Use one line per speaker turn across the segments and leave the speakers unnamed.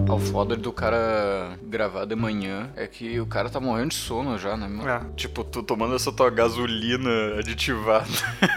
É, foda do cara gravar de manhã é que o cara tá morrendo de sono já, né, mano?
É.
Tipo, tu tomando essa tua gasolina aditivada.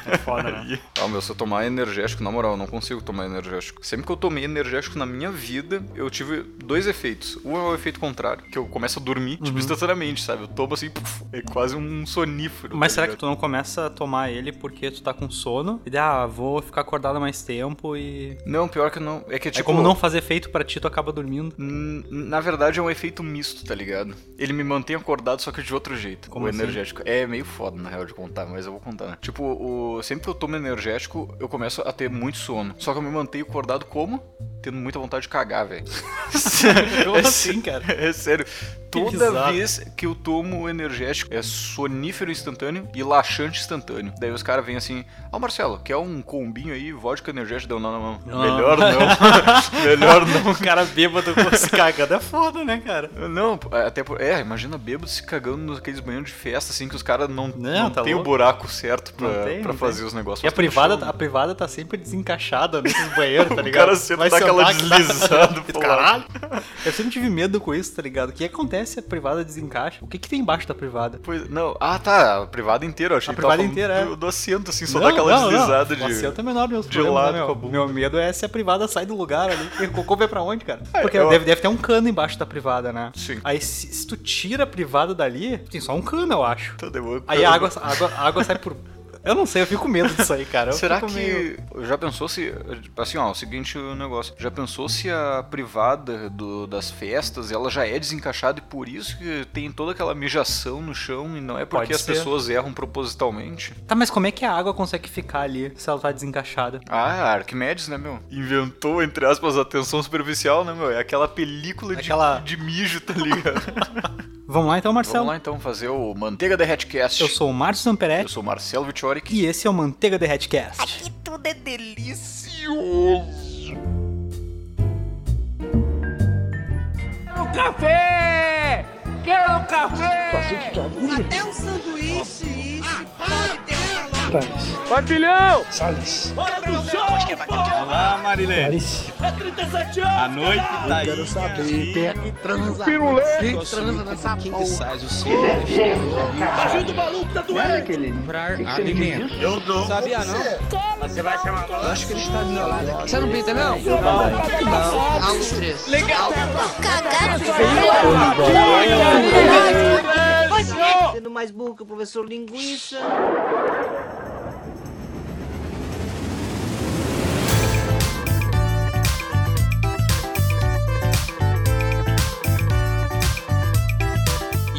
É foda, né?
aí. Ah, meu, se eu tomar energético, na moral, eu não consigo tomar energético. Sempre que eu tomei energético na minha vida, eu tive dois efeitos. Um é o efeito contrário, que eu começo a dormir,
Uhum.
tipo, instantaneamente, sabe? Eu tomo assim, puf, é quase um sonífero.
Mas
tá
será que
ligado?
tu não começa a tomar ele porque tu tá com sono? E daí, ah, vou ficar acordado mais tempo e.
Não, pior que não. É que, tipo...
é como não fazer efeito pra ti, tu acaba dormindo.
N- Na verdade é um efeito misto, tá ligado? Ele me mantém acordado, só que de outro jeito.
Como
o
assim?
energético. É meio foda, na real, de contar, mas eu vou contar. né? Tipo, o... sempre que eu tomo energético, eu começo a ter muito sono. Só que eu me mantenho acordado como? Tendo muita vontade de cagar, velho.
Como
É
assim, cara?
É sério. Toda
bizarro.
vez que eu tomo energético, é sonífero instantâneo e laxante instantâneo. Daí os caras vêm assim, ó Marcelo, quer um combinho aí, vodka energético? Deu, não, não, não.
Não.
Melhor não. Melhor não.
O cara bêbado com esse cagada é foda, né, cara?
Não, p- até por. É, imagina bêbado se cagando naqueles banheiros de festa, assim, que os caras não, não,
Não, tá
tem o
louco.
buraco certo pra,
Não tem,
pra
não
fazer
tem.
os negócios.
E a
Mas tá no
privada,
chão.
a privada tá sempre desencaixada nesses banheiros, tá
O
ligado?
cara sempre
Vai
dá aquela
sentar,
deslizada pro lado.
Caralho! Eu sempre tive medo com isso, tá ligado? O que acontece? A privada desencaixa. O que que tem embaixo da privada?
Pois- não, ah tá, a privada inteira, eu achei
A
que tava
privada
falando
inteira,
do,
é.
do assento, assim, só
Não,
dá aquela
não, não.
deslizada
O
de.
assento é menor meus
de
problemas,
lado
né,
com a
meu?
bunda.
meu medo é se a privada sai do lugar ali. O cocô vai pra onde, cara? Porque
É, eu-
deve, deve ter um cano embaixo da privada, né?
Sim.
Aí se, se tu tira a privada dali, tem só um cano, eu acho.
Tá, deu-
Aí a água, a água, a água sai por... Eu não sei, eu fico com medo disso aí, cara. Eu
Será
fico
que.
meio-
Já pensou se. Assim, ó, o seguinte negócio. Já pensou se a privada do- das festas ela já é desencaixada e por isso que tem toda aquela mijação no chão e não é porque
Pode
as
ser.
pessoas erram propositalmente?
Tá, mas como é que a água consegue ficar ali se ela tá desencaixada?
Ah, Arquimedes, né, meu? Inventou, entre aspas, a tensão superficial, né, meu? É aquela película de-
Aquela-
de, mijo, tá ligado?
Vamos lá então, Marcelo.
Vamos lá, então, fazer o Manteiga Derretcast.
Eu sou o Márcio
Eu
Zamperetti
sou o Marcelo Vittoric.
e esse é o Manteiga Derretcast.
Aqui tudo é delicioso.
um café! Quero um café!
Até um sanduíche, isso. pode um deixar lá.
Patilhão!
Salles.
é
Olá, Marilene.
Alice.
É 37 anos!
A noite tá aí.
Quero saber quem é que transa.
Pirulê!
Quem transa nessa porra?
Ajuda o maluco, tá doendo!
Sabia não?
Você não pinta, não?
Aos três. Sendo mais burro que o professor Linguiça.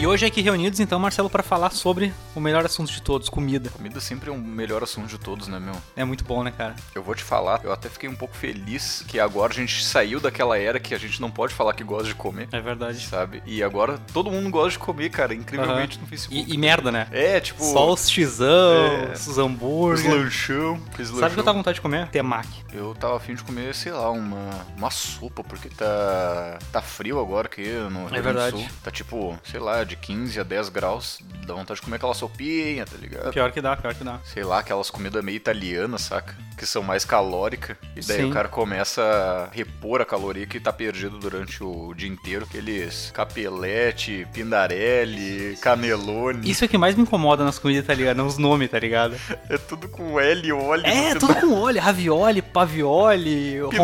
E hoje aqui reunidos então, Marcelo, pra falar sobre o melhor assunto de todos, comida.
Comida sempre é o melhor assunto de todos, né, meu?
É muito bom, né, cara?
Eu vou te falar, eu até fiquei um pouco feliz que agora a gente saiu daquela era que a gente não pode falar que gosta de comer,
É verdade.
sabe? E agora todo mundo gosta de comer, cara, incrivelmente no Facebook.
E, e merda, né?
É, tipo,
Só os xizão,
É.
os
os
hambúrguer.
lanchão. aqueles
Sabe o que eu
lanchão.
tava com vontade de comer? Temaki.
Eu tava afim de comer, sei lá, uma, uma sopa, porque tá, tá frio agora aqui no Rio
É verdade.
Grande do Sul. Tá tipo, sei lá, de 15 a 10 graus. Dá vontade de comer aquela sopinha, tá ligado?
É. Pior que dá, pior que dá.
Sei lá, aquelas comidas meio italianas, saca? Que são mais calóricas. E daí
Sim.
o cara começa a repor a caloria que tá perdido durante o dia inteiro. Aqueles capelete, pindarelli, canelone.
Isso é o que mais me incomoda nas comidas italianas, os nomes, tá ligado?
É tudo com L e óleo.
É,
no
tudo com olho. Ravioli, pavioli,
Pindaroli.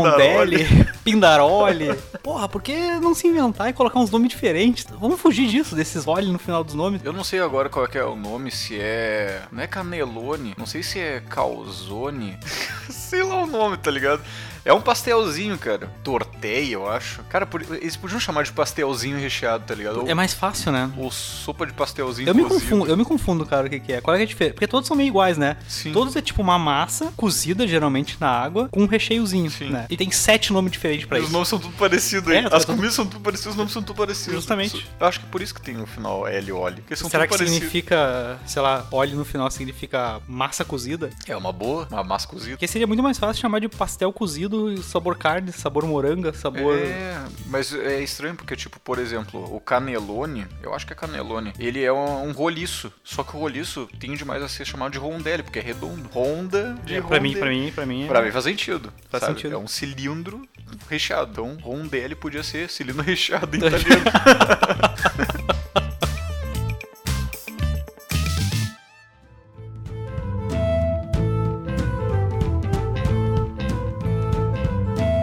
rondelli, pindaroli. Porra, por que não se inventar e colocar uns nomes diferentes? Vamos fugir disso, desses olhos no final dos nomes.
Eu não sei agora qual que é o nome, se é. Não é canelone, não sei se é calzone. sei lá o nome, tá ligado? É um pastelzinho, cara. Torteia, eu acho. Cara, por- eles podiam chamar de pastelzinho recheado, tá ligado? Ou,
É mais fácil, né?
ou sopa de pastelzinho
Eu me
cozido.
confundo, eu me confundo, cara, o que, que é. Qual é que é a diferença? Porque todos são meio iguais, né?
Sim.
Todos é tipo uma massa cozida, geralmente, na água, com um recheiozinho,
Sim.
né? E tem sete nomes diferentes pra
Os
isso.
nomes são tudo parecidos aí.
É, tá
As
tudo-
comidas são tudo parecidas, os nomes são tudo parecidos.
Justamente.
Eu acho que é por isso que tem o final L e óleo. Porque são
Será
tudo
que
parecidos.
significa, sei lá, óleo no final significa massa cozida?
É uma boa, uma massa cozida.
Porque seria muito mais fácil chamar de pastel cozido, sabor carne, sabor moranga, sabor.
É, mas é estranho porque, tipo, por exemplo, o canelone, eu acho que é canelone, ele é um, um roliço. Só que o roliço tende mais a ser chamado de rondelli, porque é redondo. Ronda de
É, pra mim,
rondelli.
pra mim, pra mim. é-
Pra mim faz sentido.
Faz
sabe?
sentido.
É um cilindro recheadão. Rondelli podia ser cilindro recheado em italiano.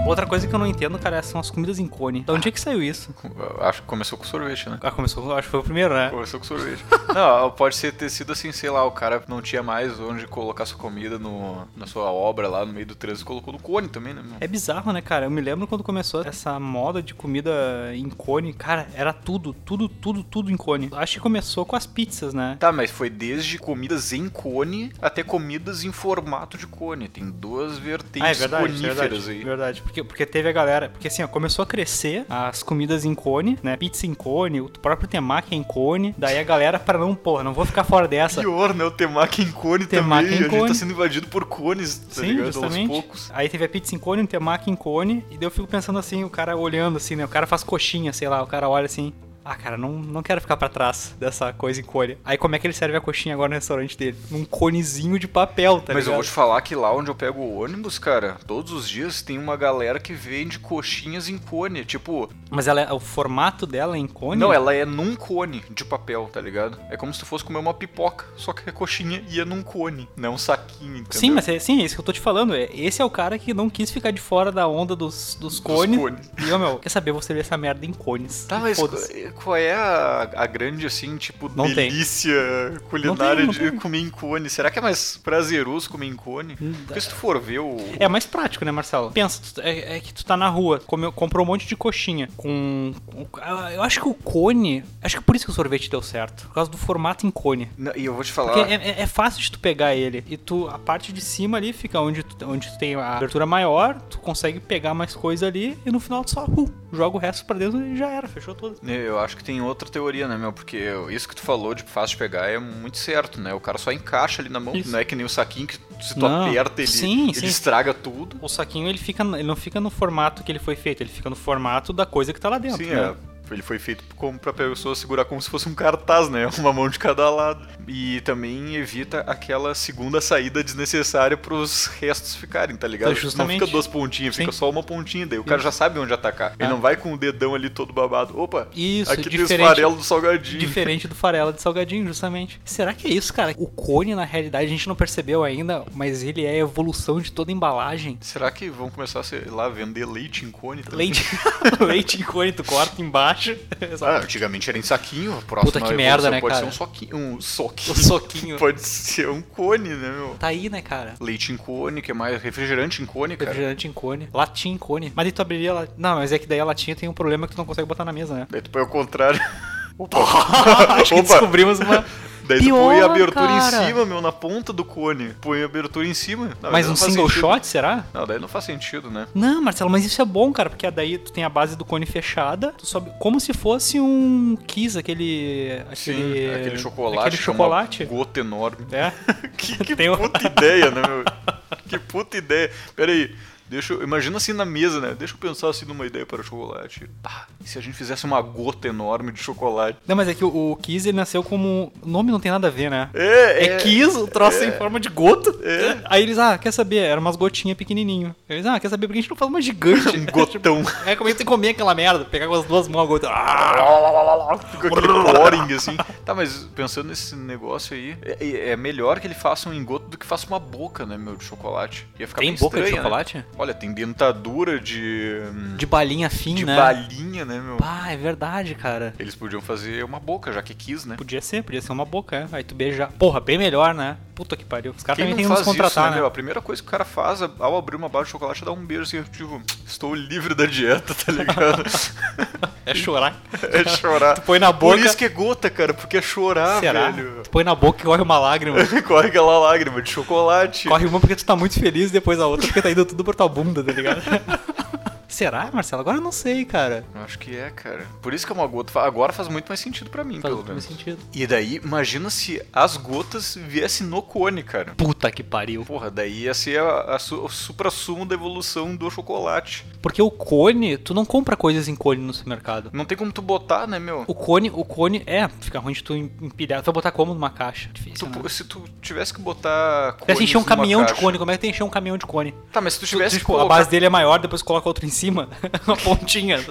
Outra coisa que eu não entendo, cara, são as comidas em cone. Da onde é que saiu isso?
Acho que começou com sorvete, né?
Ah, começou, acho que foi o primeiro, né?
Começou com sorvete. Não, pode ser ter sido assim, sei lá, o cara não tinha mais onde colocar sua comida no, na sua obra lá no meio do trânsito, colocou no cone também, né? meu?
É bizarro, né, cara? Eu me lembro quando começou essa moda de comida em cone. Cara, era tudo, tudo, tudo, tudo em cone. Acho que começou com as pizzas, né?
Tá, mas foi desde comidas em cone até comidas em formato de cone. Tem duas vertentes coníferas
Ah, é verdade,
aí.
verdade. Porque, porque teve a galera... Porque assim, ó, começou a crescer as comidas em cone, né? Pizza em cone, o próprio temaki em cone. Daí a galera, pra não, porra, não vou ficar fora dessa.
Pior, né? O temaki em cone
Temaki
também.
em
A gente tá
cone.
sendo invadido por cones, tá
Sim,
ligado?
justamente.
Aos poucos.
Aí teve a pizza em cone, um temaki em cone, e daí eu fico pensando assim, o cara olhando assim, né? O cara faz coxinha, sei lá, o cara olha assim, ah, cara, não, não quero ficar pra trás dessa coisa em cone. Aí como é que ele serve a coxinha agora no restaurante dele? Num conezinho de papel, tá
Mas eu
ligado?
vou te falar que lá onde eu pego o ônibus, cara, todos os dias tem uma galera que vende coxinhas em cone. Tipo,
Mas ela é- o formato dela é em cone?
não, ela é num cone de papel, tá ligado? É como se tu fosse comer uma pipoca, só que a coxinha ia num cone, não é um saquinho, entendeu?
Sim, mas é, sim, é isso que eu tô te falando. é- Esse é o cara que não quis ficar de fora da onda dos, dos cones.
cones.
E, ô, meu, quer saber, você vê essa merda em cones.
Tá,
E
mas
foda-se.
qu- qual é a, a grande, assim, tipo,
Não tem.
delícia culinária
Não tem, não
de comer em cone? Será que é mais prazeroso comer em cone? Porque se tu for ver o...
É mais prático, né, Marcelo? Pensa, tu- é, é que tu tá na rua, comeu, comprou um monte de coxinha com, com- ah, Eu acho que o cone. Acho que por isso que o sorvete deu certo. Por causa do formato em cone.
Não, E eu vou te falar...
Porque é, é- é fácil de tu pegar ele. E tu, a parte de cima ali fica onde tu, onde tu tem a abertura maior, tu consegue pegar mais coisa ali e no final tu só uh, joga o resto pra dentro e já era, fechou tudo.
né, Eu acho que tem outra teoria, né, meu? Porque isso que tu falou de fácil de pegar é muito certo, né? O cara só encaixa ali na mão,
Isso.
não é que nem o saquinho que se tu
Não.
aperta ele,
Sim,
ele
sim.
estraga tudo.
O saquinho ele fica. Ele não fica no formato que ele foi feito, ele fica no formato da coisa que tá lá dentro.
sim,
né?
é. Ele foi feito como pra pessoa segurar como se fosse um cartaz, né? Uma mão de cada lado. E também evita aquela segunda saída desnecessária pros restos ficarem, tá ligado?
Então, justamente.
Não fica duas pontinhas, fica
Sim.
só uma pontinha. Daí o cara já sabe onde atacar. Ele
Ah.
não vai com o dedão ali todo babado. Opa,
Isso,
aqui tem os
diferente-
farelos do salgadinho.
Diferente do farela de salgadinho, justamente. Será que é isso, cara? O cone, na realidade, a gente não percebeu ainda, mas ele é a evolução de toda a embalagem.
Será que vão começar, sei lá, vender leite em cone também?
Leite, leite em cone, tu corta embaixo.
Ah, antigamente era em saquinho, a próxima
Puta que
evolução
merda, né,
pode
cara?
ser um soquinho, um soquinho.
O soquinho.
Pode ser um cone, né, meu?
Tá aí, né, cara?
Leite em cone, que é mais refrigerante em cone, cara.
Refrigerante em cone, latinha em cone. Mas aí tu abriria lá. Não, mas é que daí a latinha tem um problema que tu não consegue botar na mesa, né?
Daí tu põe ao contrário. Opa!
Acho que
Opa!
descobrimos uma.
Daí tu
Pior,
põe a abertura
cara.
em cima, meu, na ponta do cone. Põe a abertura em cima. Não, daí
Mais
não
um
faz
single
sentido.
shot, será?
Não, daí não faz sentido, né?
Não, Marcelo, mas isso é bom, cara, porque daí tu tem a base do cone fechada, tu sobe como se fosse um Kiss, aquele. aquele
Sim, aquele chocolate.
Aquele
que é uma
chocolate.
Gota enorme.
É.
Que, que
Tem o-
puta ideia, né, meu? Que puta ideia. Pera aí. Deixa eu, imagina assim na mesa, né? Deixa eu pensar assim numa ideia para o chocolate. Pá, e se a gente fizesse uma gota enorme de chocolate?
Não, mas é que o, o Kiss ele nasceu como. O nome não tem nada a ver, né?
É,
É Kiss, o troço em forma de gota.
É.
Aí eles, ah, quer saber? Era umas gotinhas pequenininho. Eles, ah, quer saber? Por que a gente não faz uma gigante?
Um gotão.
é como é que tem que comer aquela merda, pegar com as duas mãos a gota. Ah!
Fica aquele boring, assim. Tá, mas pensando nesse negócio aí, é, é melhor que ele faça um engoto do que faça uma boca, né, meu, de chocolate. Ia ficar
Tem
bem
boca de
estranho, né?
chocolate?
Olha, tem dentadura de. hum,
De balinha fina,
de
né?
balinha, né, meu?
Pá, é verdade, cara.
Eles podiam fazer uma boca, já que quis, né?
Podia ser, podia ser uma boca, é. Aí tu beijar. Porra, bem melhor, né? Puta que pariu. Os caras
Quem
também tem que
não
nos
faz isso, né,
contratar,
meu?
né?
A primeira coisa que o cara faz ao abrir uma barra de chocolate é dar um beijo assim, tipo, estou livre da dieta, tá ligado?
É chorar.
é chorar.
Tu põe na boca.
Por isso que é gota, cara, porque é chorar,
Será?
velho.
Tu põe na boca e corre uma lágrima.
Corre aquela lágrima de chocolate.
Corre uma porque tu tá muito feliz e depois a outra porque tá indo tudo por tua bunda, tá ligado? Será, Marcelo? Agora eu não sei, cara.
Eu Acho que é, cara. Por isso que é uma gota. Agora faz muito mais sentido pra mim,
Faz
pelo
muito
menos.
sentido.
E daí, imagina se as gotas viessem no cone, cara.
Puta que pariu.
Porra, daí ia ser a, a su- o supra-sumo da evolução do chocolate.
Porque o cone, tu não compra coisas em cone no supermercado.
Não tem como tu botar, né, meu?
O cone, o cone, é, fica ruim de tu em- empilhar. Tu vai botar como numa caixa? Difícil,
Tu-
né?
se tu tivesse que botar
Parece
cones
encher um
numa
caminhão de
caixa-
cone. Como é que tem que encher um caminhão de cone?
Tá, mas se tu
Tu-
tivesse que
tipo, a
colocar-
base dele é maior, depois coloca outro em cima, uma pontinha.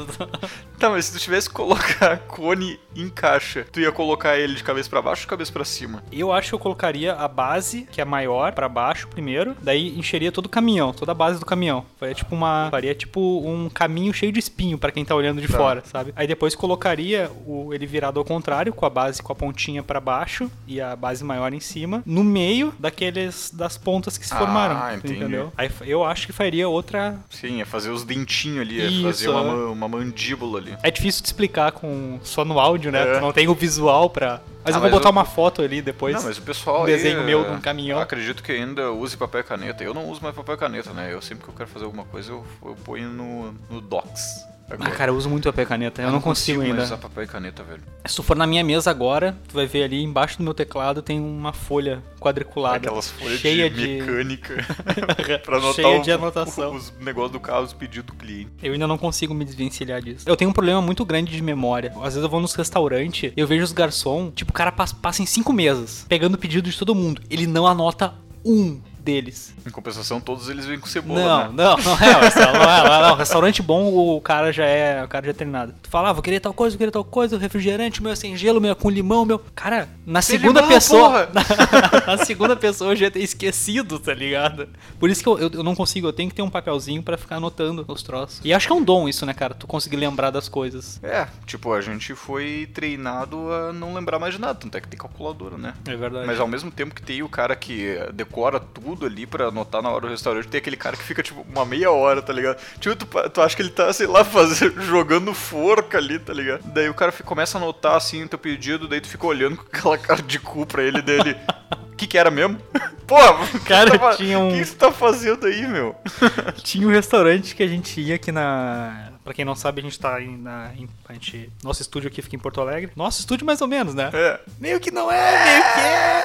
Tá, mas se tu tivesse que colocar cone em caixa, tu ia colocar ele de cabeça pra baixo ou de cabeça pra cima?
Eu acho que eu colocaria a base, que é maior, pra baixo primeiro, daí encheria todo o caminhão, toda a base do caminhão. Faria tipo uma, faria tipo um caminho cheio de espinho pra quem tá olhando de
Tá.
fora, sabe? Aí depois colocaria o ele virado ao contrário, com a base com a pontinha pra baixo e a base maior em cima, no meio daqueles das pontas que se
Ah,
formaram, tu
entendi.
entendeu? Aí fa- eu acho que faria outra
Sim, ia fazer os dentinhos ali, ia
Isso,
fazer uma,
é.
man- uma mandíbula ali.
É difícil de explicar com só no áudio, né?
É.
Tu não tem o visual pra. Mas
Ah,
eu vou
mas
botar
eu-
uma foto ali depois.
Não, mas o pessoal
um
aí,
desenho meu
eh,
de um caminhão.
eu Acredito que ainda use papel e caneta. Eu não uso mais papel e caneta, né? Eu sempre que eu quero fazer alguma coisa, eu, eu ponho no, no Docs.
Ah,
Agora.
cara, né? eu uso muito papel e caneta. Eu, não consigo,
mais
ainda.
usar papel e caneta, velho.
Se tu for na minha mesa agora, tu vai ver ali embaixo do meu teclado tem uma folha quadriculada.
Aquelas folhas
cheia
de mecânica pra anotar
Cheia
o-
de anotação.
os negócios do carro, os pedidos do cliente.
Eu ainda não consigo me desvencilhar disso. Eu tenho um problema muito grande de memória. Às vezes eu vou nos restaurantes e eu vejo os garçom, tipo, o cara passa, passa em cinco meses pegando o pedido de todo mundo. Ele não anota um deles.
Em compensação, todos eles vêm com cebola,
Não,
né?
não, não é, Marcelo, não é, não é, não. Restaurante bom, o cara já é, o cara já é treinado. Tu fala, ah, vou querer tal coisa, vou querer tal coisa, refrigerante, meu é sem gelo, meu é com limão, meu. Cara, na
Sem
segunda
limão,
pessoa,
porra!
na, segunda pessoa eu já tem esquecido, tá ligado? Por isso que eu, eu, eu não consigo, eu tenho que ter um papelzinho pra ficar anotando os troços. E acho que é um dom isso, né, cara? Tu conseguir lembrar das coisas.
É, tipo, a gente foi treinado a não lembrar mais de nada, tanto é que tem calculadora, né?
É verdade.
Mas ao mesmo tempo que tem o cara que decora tudo ali pra anotar na hora do restaurante, tem aquele cara que fica tipo uma meia hora, tá ligado? Tipo, tu, pa- tu acha que ele tá, sei lá, fazendo, jogando forca ali, tá ligado? Daí o cara fica- começa a anotar assim o teu pedido, daí tu fica olhando com aquela cara de cu pra ele dele. O que, que era mesmo? Pô, o
Cara,
que você tá fa-
tinha um-
O que você tá fazendo aí, meu?
Tinha um restaurante que a gente ia aqui na. Pra quem não sabe, a gente tá em, na. em- a gente, nosso estúdio aqui fica em Porto Alegre. Nosso estúdio, mais ou menos, né?
É.
Meio que não é, meio que é.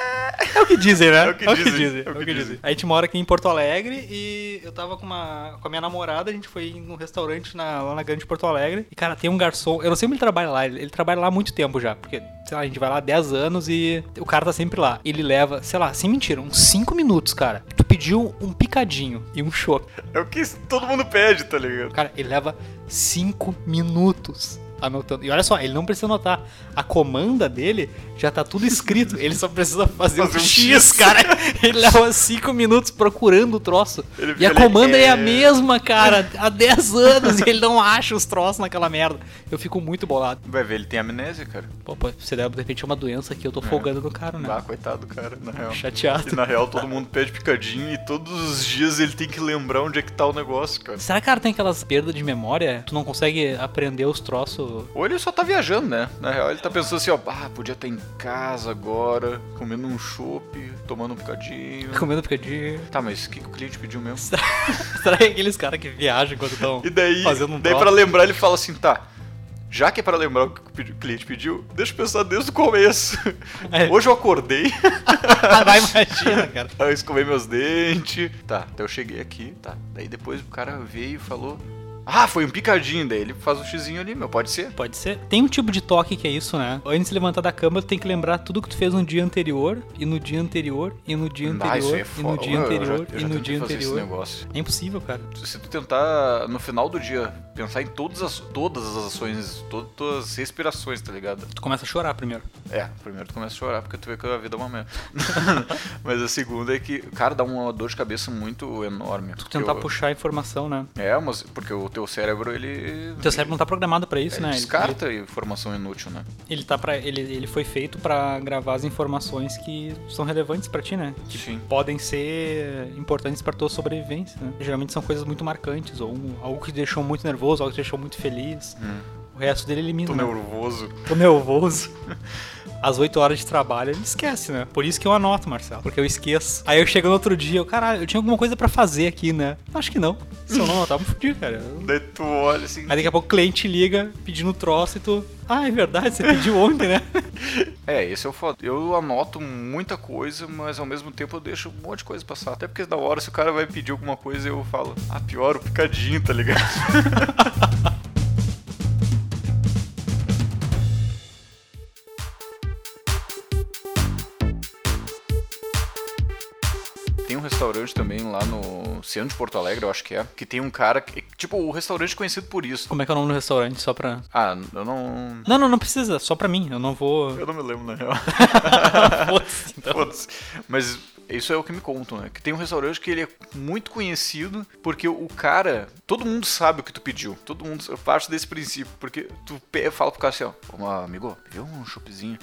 É o que dizem, né?
É o que dizem,
É o que dizem. A gente mora aqui em Porto Alegre e eu tava com, uma, com a minha namorada, a gente foi num restaurante na- lá na Grande Porto Alegre. E, cara, tem um garçom, eu não sei como ele trabalha lá, ele, ele trabalha lá há muito tempo já, porque, sei lá, a gente vai lá há 10 anos e o cara tá sempre lá. Ele leva, sei lá, sem mentira, uns 5 minutos, cara. Tu pediu um picadinho e um chopp.
É o que todo mundo pede, tá ligado?
Cara, ele leva 5 minutos anotando. E olha só, ele não precisa anotar. A comanda dele já tá tudo escrito. Ele só precisa fazer,
Fazer
um,
um
X,
X.
cara. Ele leva 5 minutos procurando o troço.
Ele
E
fica
a
ali,
comanda é... a
é.
mesma, cara, há 10 anos e ele não acha os troços naquela merda. Eu fico muito bolado.
Vai ver, ele tem amnésia, cara.
Pô, pô, você deve, de repente, é uma doença que eu tô folgando no cara, né?
Ah, coitado do cara, na real.
Chateado.
E na real todo mundo pede picadinho e todos os dias ele tem que lembrar onde é que tá o negócio, cara.
Será que, cara, tem aquelas perdas de memória? Tu não consegue aprender os troços
Ou ele só tá viajando, né? Na real, ele tá pensando assim, ó, ah, podia estar em casa agora, comendo um chopp, tomando um picadinho.
comendo picadinho?
Tá, mas o que, que o cliente pediu mesmo?
Será que é aqueles caras que viajam enquanto estão
E daí,
fazendo um
daí
troço?
pra lembrar, ele fala assim, tá. Já que é pra lembrar o que o pedi- o cliente pediu, deixa eu pensar desde o começo.
É.
Hoje eu acordei,
Ah, vai, imagina, cara.
Aí eu escovei meus dentes. Tá, até eu cheguei aqui, tá. Daí depois o cara veio e falou. Ah, foi um picadinho. Daí ele faz um xizinho ali, meu, pode ser.
Pode ser. Tem um tipo de toque que é isso, né? Antes de levantar da cama, tu tem que lembrar tudo que tu fez no dia anterior, e no dia anterior, e no dia anterior,
ah, isso aí é
e
foda.
no dia
Eu já-
anterior,
eu já
e no
tentei
dia
fazer Esse
anterior.
negócio.
É impossível, cara.
Se tu tentar, no final do dia, pensar em todas as, todas as ações, todas as tuas respirações, tá ligado?
Tu começa a chorar primeiro.
É, primeiro tu começa a chorar porque tu vê que a vida é uma merda. Mas a segunda é que, cara, dá uma dor de cabeça muito enorme.
Tu tentar
Eu-
puxar a informação, né?
É, mas porque o teu cérebro, ele.
Teu cérebro não tá programado pra isso,
ele
né? Ele-
É descarta informação inútil, né?
Ele, tá para ele, ele foi feito pra gravar as informações que são relevantes pra ti, né? Que
Sim.
podem ser importantes pra tua sobrevivência, né? Geralmente são coisas muito marcantes, ou um- algo que te deixou muito nervoso, algo que te deixou muito feliz. O resto dele elimina.
Tô
né?
nervoso.
Tô nervoso. As 8 horas de trabalho, ele esquece, né? Por isso que eu anoto, Marcelo, porque eu esqueço. Aí eu chego no outro dia, eu, caralho, eu tinha alguma coisa pra fazer aqui, né? Acho que não. Se eu não anotar, eu me fudi, cara. Eu-
Daí tu olha assim.
Aí daqui a pouco o cliente liga pedindo troço e tu. Ah, é verdade, você pediu ontem, né?
É, esse é o foda. Eu anoto muita coisa, mas ao mesmo tempo eu deixo um monte de coisa passar. Até porque da hora, se o cara vai pedir alguma coisa, eu falo, ah, pior o picadinho, tá ligado? Tem um restaurante também lá no centro de Porto Alegre, eu acho que é, que tem um cara, que, tipo, o restaurante é conhecido por isso.
Como é que é o nome do restaurante? Só pra.
Ah, eu não...
Não, não, não precisa. Só pra mim. Eu não vou.
Eu não me lembro, na real.
Foda-se, então.
Foda-se. Mas isso é o que me contam, né? Que tem um restaurante que ele é muito conhecido porque o cara. Todo mundo sabe o que tu pediu. Todo mundo. Eu parto desse princípio. Porque tu pe- fala pro cara assim, ó. "Ô, amigo, pediu um choppzinho.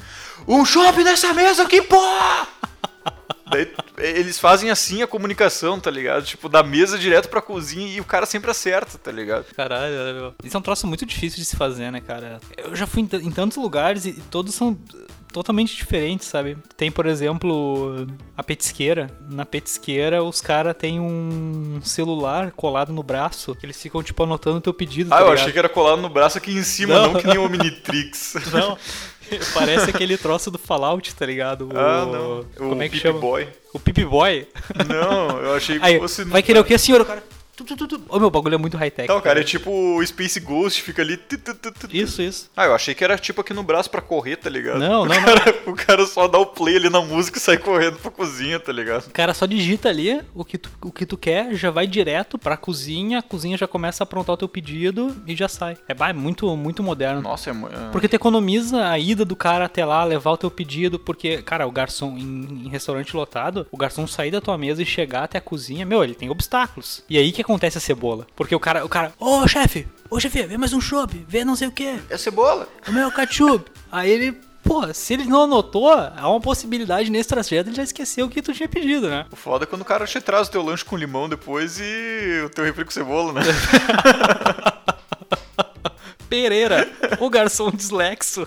Um chopp nessa mesa aqui, pô! Daí eles fazem assim a comunicação, tá ligado? Tipo, da mesa direto pra cozinha e o cara sempre acerta, tá ligado?
Caralho, olha, meu. isso é um troço muito difícil de se fazer, né, cara? Eu já fui em, t- em tantos lugares e todos são eh, totalmente diferentes, sabe? Tem, por exemplo, a petisqueira. Na petisqueira, os caras têm um celular colado no braço, que eles ficam, tipo, anotando o teu pedido.
Ah,
tá
eu
ligado?
achei que era colado no braço aqui em cima, não,
Não.
que nem o Omnitrix.
Não, parece aquele troço do Fallout, tá ligado? O-
Ah, não.
Como
o
é que
Pip
chama?
Boy.
O Pip Boy.
Não, eu achei que
Aí,
fosse.
vai querer o quê, senhor? O cara... Tu, tu, tu, tu. Ô, meu bagulho é muito high-tech.
tá- Então, cara, é tipo o Space Ghost, fica ali. tu, tu, tu, tu, tu.
Isso, isso.
Ah, eu achei que era tipo aqui no braço pra correr, tá ligado?
Não,
o
não, não.
cara, O cara só dá o play ali na música e sai correndo pra cozinha, tá ligado?
O cara só digita ali o que, tu, o que tu quer, já vai direto pra cozinha, a cozinha já começa a aprontar o teu pedido e já sai. É, bah, é muito, muito moderno.
Nossa, é. mu- é-
Porque tu economiza a ida do cara até lá, levar o teu pedido, porque, cara, o garçom em, em restaurante lotado, o garçom sair da tua mesa e chegar até a cozinha, meu, ele tem obstáculos. E aí que acontece a cebola. Porque o cara, o cara, ô chefe, ô chefe, vê mais um chopp, vê não sei o quê,
É cebola.
o meu ketchup. Aí ele, pô, se ele não anotou, há uma possibilidade nesse trajeto ele já esqueceu o que tu tinha pedido, né?
O foda é quando o cara te traz o teu lanche com limão depois e o teu refri com cebola, né?
Pereira, o garçom dislexo.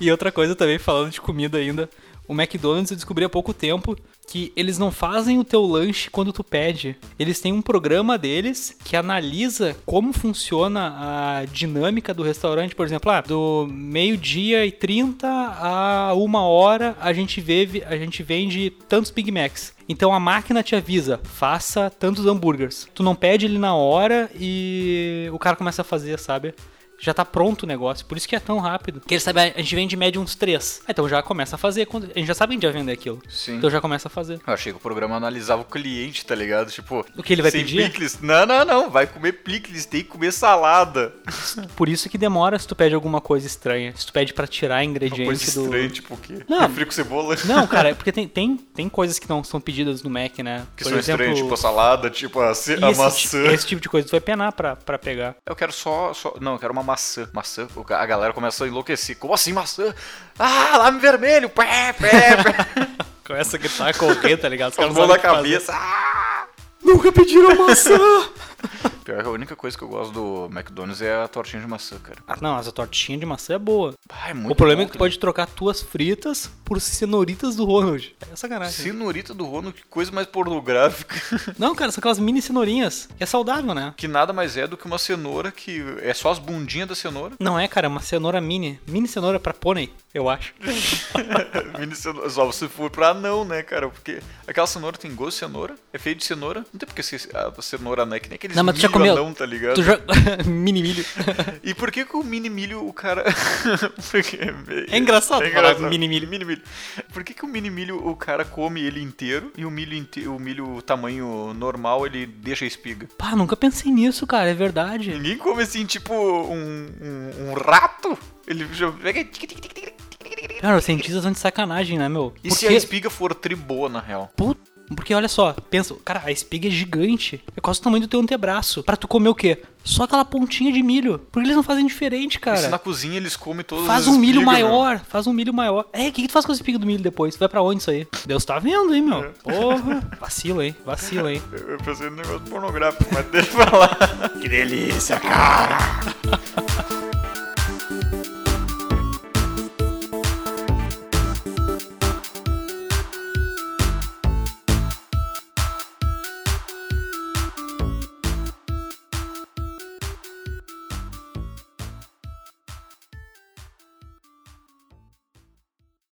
e outra coisa também, falando de comida ainda, o McDonald's eu descobri há pouco tempo que eles não fazem o teu lanche quando tu pede. Eles têm um programa deles que analisa como funciona a dinâmica do restaurante, por exemplo, ah, do meio-dia e 30 a uma hora a gente, vê, a gente vende tantos Big Macs. Então a máquina te avisa, faça tantos hambúrgueres. Tu não pede ele na hora e o cara começa a fazer, sabe? Já tá pronto o negócio, por isso que é tão rápido. Porque ele sabe, a gente vende em média uns três. Ah, Então já começa a fazer, quando- a gente já sabe que a gente vai vender aquilo.
Sim.
Então já começa a fazer.
Eu achei que o programa analisava o cliente, tá ligado? Tipo,
O que ele vai
sem
pedir?
picles? Não, não, não. Vai comer picles, tem que comer salada.
Por isso que demora se tu pede alguma coisa estranha. Se tu pede pra tirar ingrediente
Uma coisa
do.
estranha, tipo, o quê?
Não.
Refri com cebola.
Não, cara, é porque tem, tem, tem coisas que não são pedidas no Mac, né?
Que são estranhas, tipo a salada, tipo a, ce- a
esse,
maçã.
ti- esse tipo de coisa tu vai penar pra, pra pegar.
Eu quero só, só. Não, eu quero uma maçã. Maçã? O ca- A galera começa a enlouquecer. Como assim maçã? Ah, lá em vermelho! Pé, pé, pé!
Começa a gritar, correr, tá ligado? Os
Com a
caras
mão
sabem
na
o que fazer.
cabeça. Ah!
Nunca pediram maçã!
Pior que a única coisa que eu gosto do McDonald's é a tortinha de maçã, cara.
ah, não, mas a tortinha de maçã é boa.
Ah, é muito
o problema
bom,
é que tu pode trocar tuas fritas por cenoritas do Ronald. É
cara.
sacanagem.
Cenurita do Rono, que coisa mais pornográfica.
Não, cara, são aquelas mini cenourinhas. Que é saudável, né?
que nada mais é do que uma cenoura que é só as bundinhas da cenoura.
Não é, cara, é uma cenoura mini. Mini cenoura pra pônei, eu acho.
Mini cenoura. Só se for pra não, né, cara? Porque aquela cenoura tem gosto de cenoura, é feito de cenoura. Não tem porque ser a cenoura não é que nem aqueles
Não, mas tu já
milho
comeu.
anão, tá ligado?
Tu já. mini milho.
E por que que o mini milho, o cara... Porque
É engraçado falar mini milho.
Mini milho. Por que que o mini milho, o cara come ele inteiro e o milho, inte- o milho tamanho normal, ele deixa a espiga?
Pá, nunca pensei nisso, cara, é verdade.
Ninguém come assim, tipo, um, um, um rato? Ele já pega...
Cara, os cientistas são de sacanagem, né, meu?
E se a
Porque,
espiga for triboa, na real?
Put- porque olha só, pensa, cara, a espiga é gigante. É quase o tamanho do teu antebraço. Pra tu comer o quê? Só aquela pontinha de milho. Por que eles não fazem
e
diferente,
se é na
cara?
cozinha eles comem todos
Faz um milho
né?
maior, faz um milho maior. É, o que, que tu faz com a espiga do milho depois? Tu vai pra onde isso aí? Deus tá vendo, hein,
É.
meu? Porra. Vacila, hein? Vacila, hein?
Eu eu pensei num negócio pornográfico, mas deixa pra lá. que delícia, cara!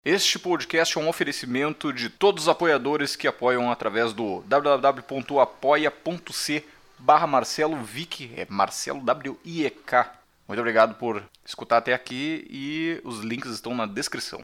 Este podcast é um oferecimento de todos os apoiadores que apoiam através do www.apoia.c barra Marcelo Vick, é Marcelo W-I-E-K. Muito obrigado por escutar até aqui e os links estão na descrição.